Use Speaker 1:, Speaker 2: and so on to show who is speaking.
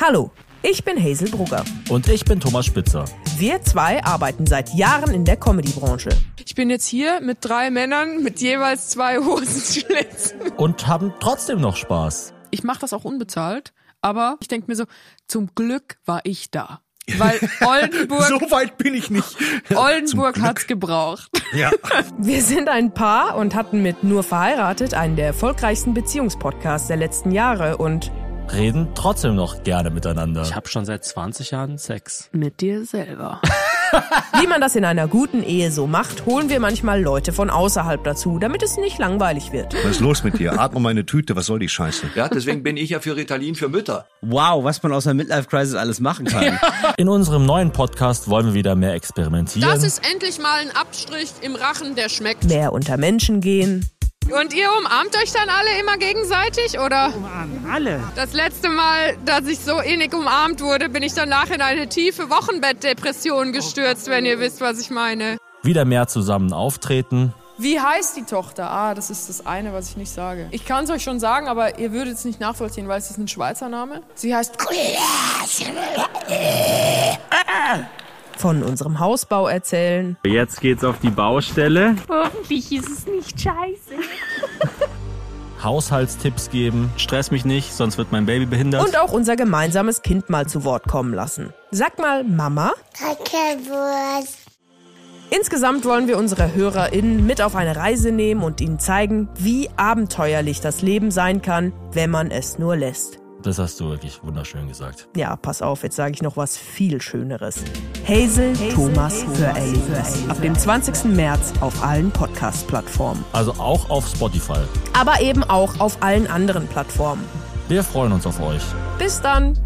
Speaker 1: Hallo, ich bin Hazel Brugger.
Speaker 2: Und ich bin Thomas Spitzer.
Speaker 1: Wir zwei arbeiten seit Jahren in der Comedy-Branche.
Speaker 3: Ich bin jetzt hier mit drei Männern mit jeweils zwei Hosenschlitzen.
Speaker 2: Und haben trotzdem noch Spaß.
Speaker 3: Ich mache das auch unbezahlt, aber ich denke mir so, zum Glück war ich da. Weil Oldenburg,
Speaker 4: So weit bin ich nicht.
Speaker 3: Oldenburg hat's gebraucht.
Speaker 4: Ja.
Speaker 1: Wir sind ein Paar und hatten mit Nur verheiratet einen der erfolgreichsten Beziehungspodcasts der letzten Jahre und
Speaker 2: Reden trotzdem noch gerne miteinander.
Speaker 5: Ich habe schon seit 20 Jahren Sex.
Speaker 3: Mit dir selber.
Speaker 1: wie man das in einer guten Ehe so macht, holen wir manchmal Leute von außerhalb dazu, damit es nicht langweilig wird.
Speaker 4: Was ist los mit dir? Atme meine Tüte, was soll die Scheiße?
Speaker 6: Ja, deswegen bin ich ja für Ritalin für Mütter.
Speaker 7: Wow, was man aus einer Midlife-Crisis alles machen kann.
Speaker 2: In unserem neuen Podcast wollen wir wieder mehr experimentieren.
Speaker 3: Das ist endlich mal ein Abstrich im Rachen, der schmeckt.
Speaker 1: Mehr unter Menschen gehen.
Speaker 3: Und ihr umarmt euch dann alle immer gegenseitig, oder?
Speaker 8: Alle.
Speaker 3: Das letzte Mal, dass ich so innig umarmt wurde, bin ich danach in eine tiefe Wochenbettdepression gestürzt, wenn ihr wisst, was ich meine.
Speaker 2: wieder mehr zusammen auftreten.
Speaker 9: Wie heißt die Tochter? Ah, das ist das eine, was ich nicht sage. Ich kann es euch schon sagen, aber ihr würdet es nicht nachvollziehen, weil es ist ein Schweizer Name. Sie heißt
Speaker 1: Von unserem Hausbau erzählen.
Speaker 5: Jetzt geht's auf die Baustelle.
Speaker 10: Hoffentlich ist es nicht scheiße.
Speaker 2: Haushaltstipps geben.
Speaker 5: Stress mich nicht, sonst wird mein Baby behindert.
Speaker 1: Und auch unser gemeinsames Kind mal zu Wort kommen lassen. Sag mal, Mama. Insgesamt wollen wir unsere HörerInnen mit auf eine Reise nehmen und ihnen zeigen, wie abenteuerlich das Leben sein kann, wenn man es nur lässt.
Speaker 2: Das hast du wirklich wunderschön gesagt.
Speaker 1: Ja, pass auf, jetzt sage ich noch was viel Schöneres. Hazel, Thomas Hörerlebnis. Ab dem 20. März auf allen Podcast-Plattformen.
Speaker 2: Also auch auf Spotify.
Speaker 1: Aber eben auch auf allen anderen Plattformen.
Speaker 2: Wir freuen uns auf euch.
Speaker 1: Bis dann!